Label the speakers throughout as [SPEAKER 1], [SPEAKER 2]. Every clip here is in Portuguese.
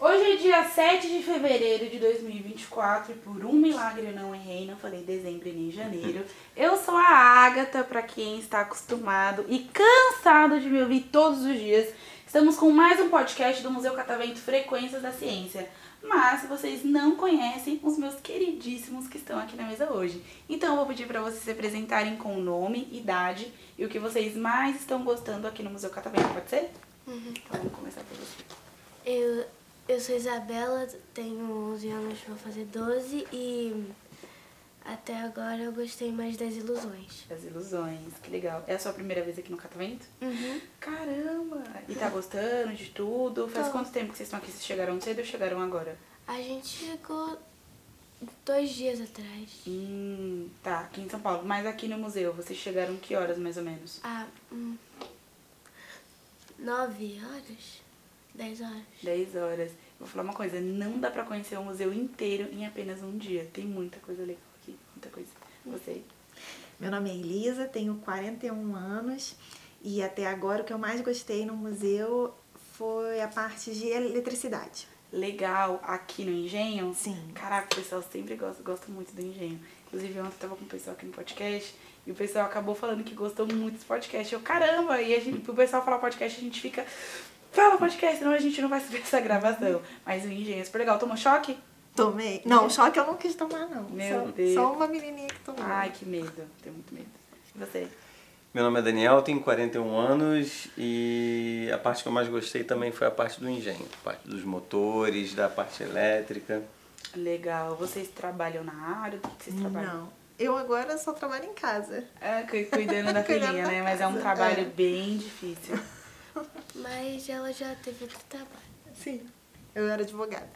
[SPEAKER 1] Hoje é dia 7 de fevereiro de 2024 e por um milagre eu não errei, não falei dezembro e nem janeiro. Eu sou a Agatha, pra quem está acostumado e cansado de me ouvir todos os dias. Estamos com mais um podcast do Museu Catavento Frequências da Ciência. Mas vocês não conhecem os meus queridíssimos que estão aqui na mesa hoje. Então eu vou pedir pra vocês se apresentarem com nome, idade e o que vocês mais estão gostando aqui no Museu Catavento, pode ser? Então vamos começar por você.
[SPEAKER 2] Eu, eu sou Isabela, tenho 11 anos, vou fazer 12 e até agora eu gostei mais das ilusões.
[SPEAKER 1] As ilusões, que legal. É a sua primeira vez aqui no Catavento? Caramba! E tá gostando de tudo? Faz
[SPEAKER 2] Tô.
[SPEAKER 1] quanto tempo que vocês estão aqui? Vocês chegaram cedo ou chegaram agora?
[SPEAKER 2] A gente chegou dois dias atrás.
[SPEAKER 1] Hum, tá, aqui em São Paulo. Mas aqui no museu, vocês chegaram que horas mais ou menos?
[SPEAKER 2] Ah, hum, nove horas? Dez horas?
[SPEAKER 1] 10 horas. Vou falar uma coisa, não dá pra conhecer o museu inteiro em apenas um dia. Tem muita coisa legal aqui, muita coisa. Você?
[SPEAKER 3] Meu nome é Elisa, tenho 41 anos e até agora o que eu mais gostei no museu foi a parte de eletricidade.
[SPEAKER 1] Legal aqui no Engenho?
[SPEAKER 3] Sim.
[SPEAKER 1] Caraca, o pessoal sempre gosta, gosta muito do engenho. Inclusive, ontem eu tava com o pessoal aqui no podcast e o pessoal acabou falando que gostou muito desse podcast. Eu, caramba! E a gente, pro pessoal falar podcast, a gente fica. Fala podcast, senão a gente não vai saber essa gravação. Mas o engenho é super legal. Tomou choque?
[SPEAKER 3] Tomei. Não, choque eu não quis tomar, não.
[SPEAKER 1] Meu
[SPEAKER 3] só,
[SPEAKER 1] Deus.
[SPEAKER 3] só uma menininha que tomou.
[SPEAKER 1] Ai, que medo. Tenho muito medo. E você?
[SPEAKER 4] Meu nome é Daniel, tenho 41 anos e a parte que eu mais gostei também foi a parte do engenho, a parte dos motores, da parte elétrica.
[SPEAKER 1] Legal. Vocês trabalham na área? Do que que vocês trabalham?
[SPEAKER 3] Não. Eu agora só trabalho em casa.
[SPEAKER 1] É, cu- cuidando da
[SPEAKER 3] Cuidando
[SPEAKER 1] filhinha,
[SPEAKER 3] da
[SPEAKER 1] né? Mas é um
[SPEAKER 3] casa,
[SPEAKER 1] trabalho
[SPEAKER 3] é.
[SPEAKER 1] bem difícil.
[SPEAKER 2] Mas ela já teve outro trabalho.
[SPEAKER 3] Sim. Eu era advogada.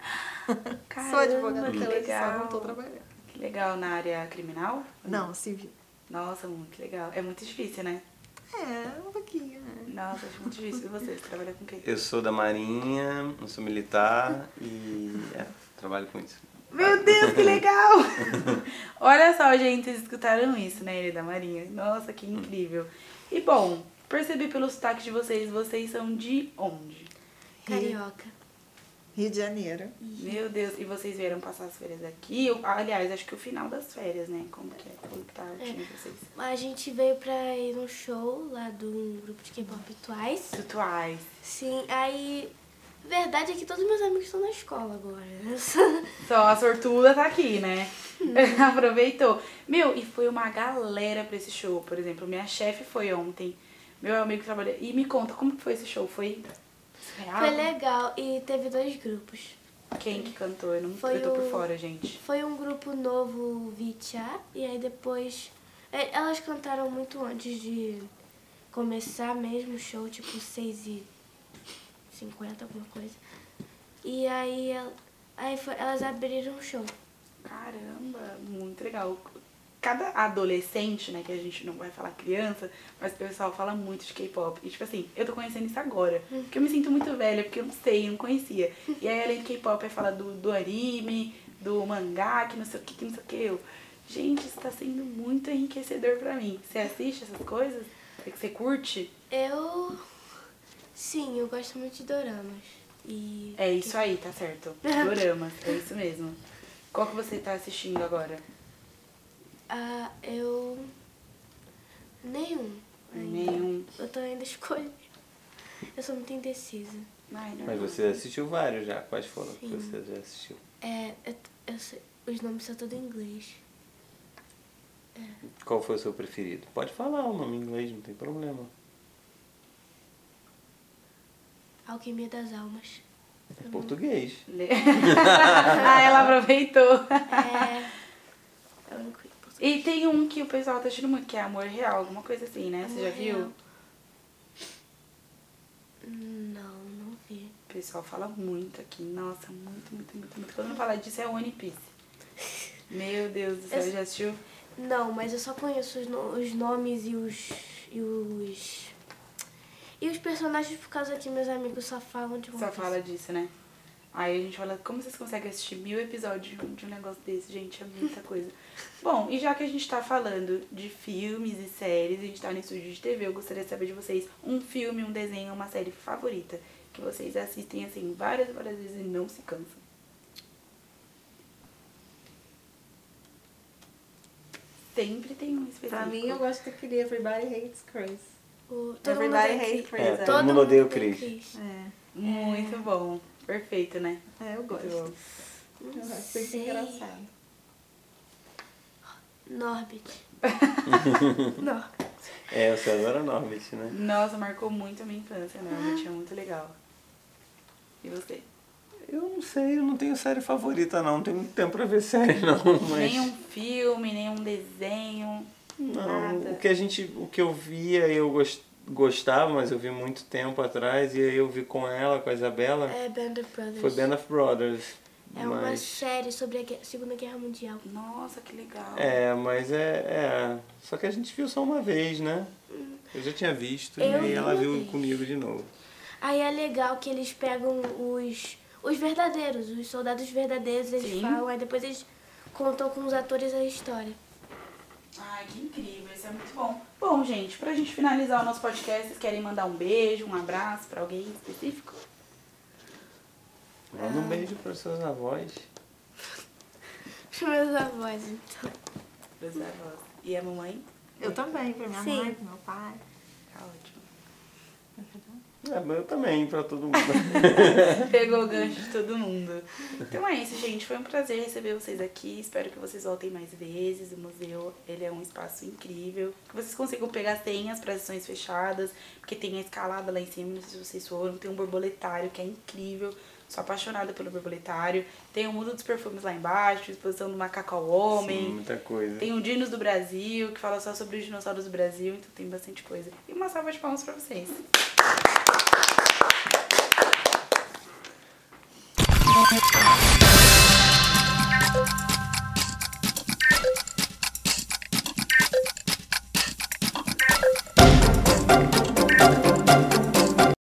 [SPEAKER 3] sou
[SPEAKER 1] Caramba,
[SPEAKER 3] advogada
[SPEAKER 1] que
[SPEAKER 3] até hoje, só não
[SPEAKER 1] legal.
[SPEAKER 3] tô trabalhando.
[SPEAKER 1] Que legal na área criminal?
[SPEAKER 3] Não, civil.
[SPEAKER 1] Nossa, muito legal. É muito difícil, né?
[SPEAKER 3] É, um pouquinho. né?
[SPEAKER 1] Nossa, acho muito difícil. E você, você trabalha com quem?
[SPEAKER 4] Eu sou da Marinha, eu sou militar e é, trabalho com isso.
[SPEAKER 1] Meu Deus, que legal! Olha só, gente, vocês escutaram isso, né? Ele é da Marinha. Nossa, que incrível. E bom, percebi pelo sotaque de vocês, vocês são de onde?
[SPEAKER 2] Carioca.
[SPEAKER 3] Rio de Janeiro.
[SPEAKER 1] Meu Deus, e vocês vieram passar as férias aqui? Eu- Aliás, acho que o final das férias, né? Como que é? Como que tá o time de vocês?
[SPEAKER 2] A gente veio pra ir num show lá do grupo de K-pop Twice.
[SPEAKER 1] Tutuais.
[SPEAKER 2] Sim, aí. Verdade é que todos meus amigos estão na escola agora.
[SPEAKER 1] Só a sortuda tá aqui, né? Aproveitou. Meu, e foi uma galera pra esse show, por exemplo. Minha chefe foi ontem. Meu amigo trabalhou. E me conta, como que foi esse show? Foi surreal?
[SPEAKER 2] Foi legal e teve dois grupos.
[SPEAKER 1] Quem que cantou? Eu, não,
[SPEAKER 2] Foi
[SPEAKER 1] eu tô por
[SPEAKER 2] o-
[SPEAKER 1] fora, gente.
[SPEAKER 2] Foi um grupo novo, o Vitia, e aí depois. é, Elas cantaram muito antes de começar mesmo o show, tipo 6 e 50 alguma coisa. E aí, el- aí foi- elas abriram o show.
[SPEAKER 1] Caramba, muito legal. Cada adolescente, né, que a gente não vai falar criança, mas o pessoal fala muito de K-pop. E tipo assim, eu tô conhecendo isso agora. Porque eu me sinto muito velha, porque eu não sei, eu não conhecia. E aí, além do K-pop, aí fala do, do anime, do mangá, que não sei o que, que não sei o que. Eu, gente, isso tá sendo muito enriquecedor pra mim. Você assiste essas coisas? É que Você curte?
[SPEAKER 2] Eu. Sim, eu gosto muito de doramas. E.
[SPEAKER 1] É isso aí, tá certo. Doramas, é isso mesmo. Qual que você tá assistindo agora?
[SPEAKER 2] Ah, eu. Nenhum. ainda.
[SPEAKER 1] Nenhum.
[SPEAKER 2] Eu tô ainda escolhendo. Eu sou muito indecisa.
[SPEAKER 1] Ai, não.
[SPEAKER 4] Mas você assistiu vários já, quais foram que
[SPEAKER 2] Sim.
[SPEAKER 4] você já assistiu?
[SPEAKER 2] É, eu, eu sei- os nomes são todos em inglês.
[SPEAKER 4] Qual foi o seu preferido? Pode falar o nome em inglês, não tem problema.
[SPEAKER 2] Alquimia das Almas.
[SPEAKER 4] É português.
[SPEAKER 1] Le- ah, ela aproveitou.
[SPEAKER 2] É. é o único em português.
[SPEAKER 1] E tem um que o pessoal tá achando muito, que é Amor Real, alguma coisa assim, né? Você já
[SPEAKER 2] Amor
[SPEAKER 1] viu?
[SPEAKER 2] Real. Não, não vi.
[SPEAKER 1] O pessoal fala muito aqui. Nossa, muito, muito, muito, muito. Quando eu falar disso é One Piece. Meu Deus do céu,
[SPEAKER 2] Eu-
[SPEAKER 1] já assistiu?
[SPEAKER 2] Não, mas eu só conheço os, no- os nomes e os. e os. E os personagens por causa que meus amigos só falam de One
[SPEAKER 1] Só
[SPEAKER 2] Piece.
[SPEAKER 1] fala disso, né? Aí a gente fala, como vocês conseguem assistir mil episódios de um, de um negócio desse? Gente, é muita coisa. Bom, e já que a gente tá falando de filmes e séries, a gente tá no estúdio de TV, eu gostaria de saber de vocês um filme, um desenho, uma série favorita que vocês assistem, assim, várias, várias vezes e não se cansam. Sempre tem um específico.
[SPEAKER 3] Pra mim, eu gosto daquele Everybody Hates Chris.
[SPEAKER 2] O, todo mundo
[SPEAKER 3] Everybody
[SPEAKER 2] odeia
[SPEAKER 3] Hates
[SPEAKER 2] Chris.
[SPEAKER 3] Chris.
[SPEAKER 4] É,
[SPEAKER 3] É,
[SPEAKER 4] Todo mundo odeia o Chris.
[SPEAKER 3] é.
[SPEAKER 1] Muito bom. Perfeito, né?
[SPEAKER 3] é, eu gosto. Eu
[SPEAKER 2] Não
[SPEAKER 3] acho muito
[SPEAKER 2] sei.
[SPEAKER 3] engraçado.
[SPEAKER 2] Norbit. Norbit.
[SPEAKER 4] É, você adora Norbit, né?
[SPEAKER 1] Nossa, marcou muito a minha infância, né? Realmente é muito legal. E você?
[SPEAKER 4] Eu não sei, eu não tenho série favorita, não. Não tenho muito tempo pra ver série, não. Mas...
[SPEAKER 1] Nenhum filme, nenhum desenho,
[SPEAKER 4] Não,
[SPEAKER 1] nada.
[SPEAKER 4] o que a gente, o que eu via, eu gos- gostava, mas eu vi muito tempo atrás, e aí eu vi com ela, com a Isabela,
[SPEAKER 2] É Band of Brothers.
[SPEAKER 4] foi Band of Brothers.
[SPEAKER 2] É uma
[SPEAKER 4] mas,
[SPEAKER 2] série sobre a Gue- Segunda Guerra Mundial.
[SPEAKER 1] Nossa, que legal.
[SPEAKER 4] É, mas é, é. Só que a gente viu só uma vez, né? Eu já tinha visto,
[SPEAKER 2] Eu
[SPEAKER 4] e aí
[SPEAKER 2] vi
[SPEAKER 4] ela
[SPEAKER 2] uma
[SPEAKER 4] viu
[SPEAKER 2] vez.
[SPEAKER 4] comigo de novo.
[SPEAKER 2] Aí é legal que eles pegam os, os verdadeiros, os soldados verdadeiros, eles
[SPEAKER 1] Sim.
[SPEAKER 2] falam, aí depois eles contam com os atores a história.
[SPEAKER 1] Ai, que incrível, isso é muito bom. Bom, gente, pra gente finalizar o nosso podcast, vocês querem mandar um beijo, um abraço pra alguém específico?
[SPEAKER 4] Manda
[SPEAKER 2] Ah.
[SPEAKER 4] um beijo para seus avós.
[SPEAKER 2] Os meus avós, então.
[SPEAKER 1] Pros avós. E a mamãe?
[SPEAKER 3] Eu também, pra minha
[SPEAKER 2] Sim.
[SPEAKER 3] mãe, pro meu pai.
[SPEAKER 1] Tá ótimo.
[SPEAKER 4] É, mas eu também, pra todo mundo.
[SPEAKER 1] Pegou o gancho de todo mundo. Então é isso, gente. Foi um prazer receber vocês aqui. Espero que vocês voltem mais vezes. O museu, ele é um espaço incrível. Que vocês consigam pegar senhas para sessões fechadas, porque tem a escalada lá em cima, não sei se vocês foram. Tem um borboletário que é incrível. Sou apaixonada pelo borboletário. Tem o Mundo dos Perfumes lá embaixo, exposição do Macaco ao Homem.
[SPEAKER 4] Sim, muita coisa.
[SPEAKER 1] Tem o Dinos do Brasil, que fala só sobre os dinossauros do Brasil, então tem bastante coisa. E uma salva de palmas pra vocês.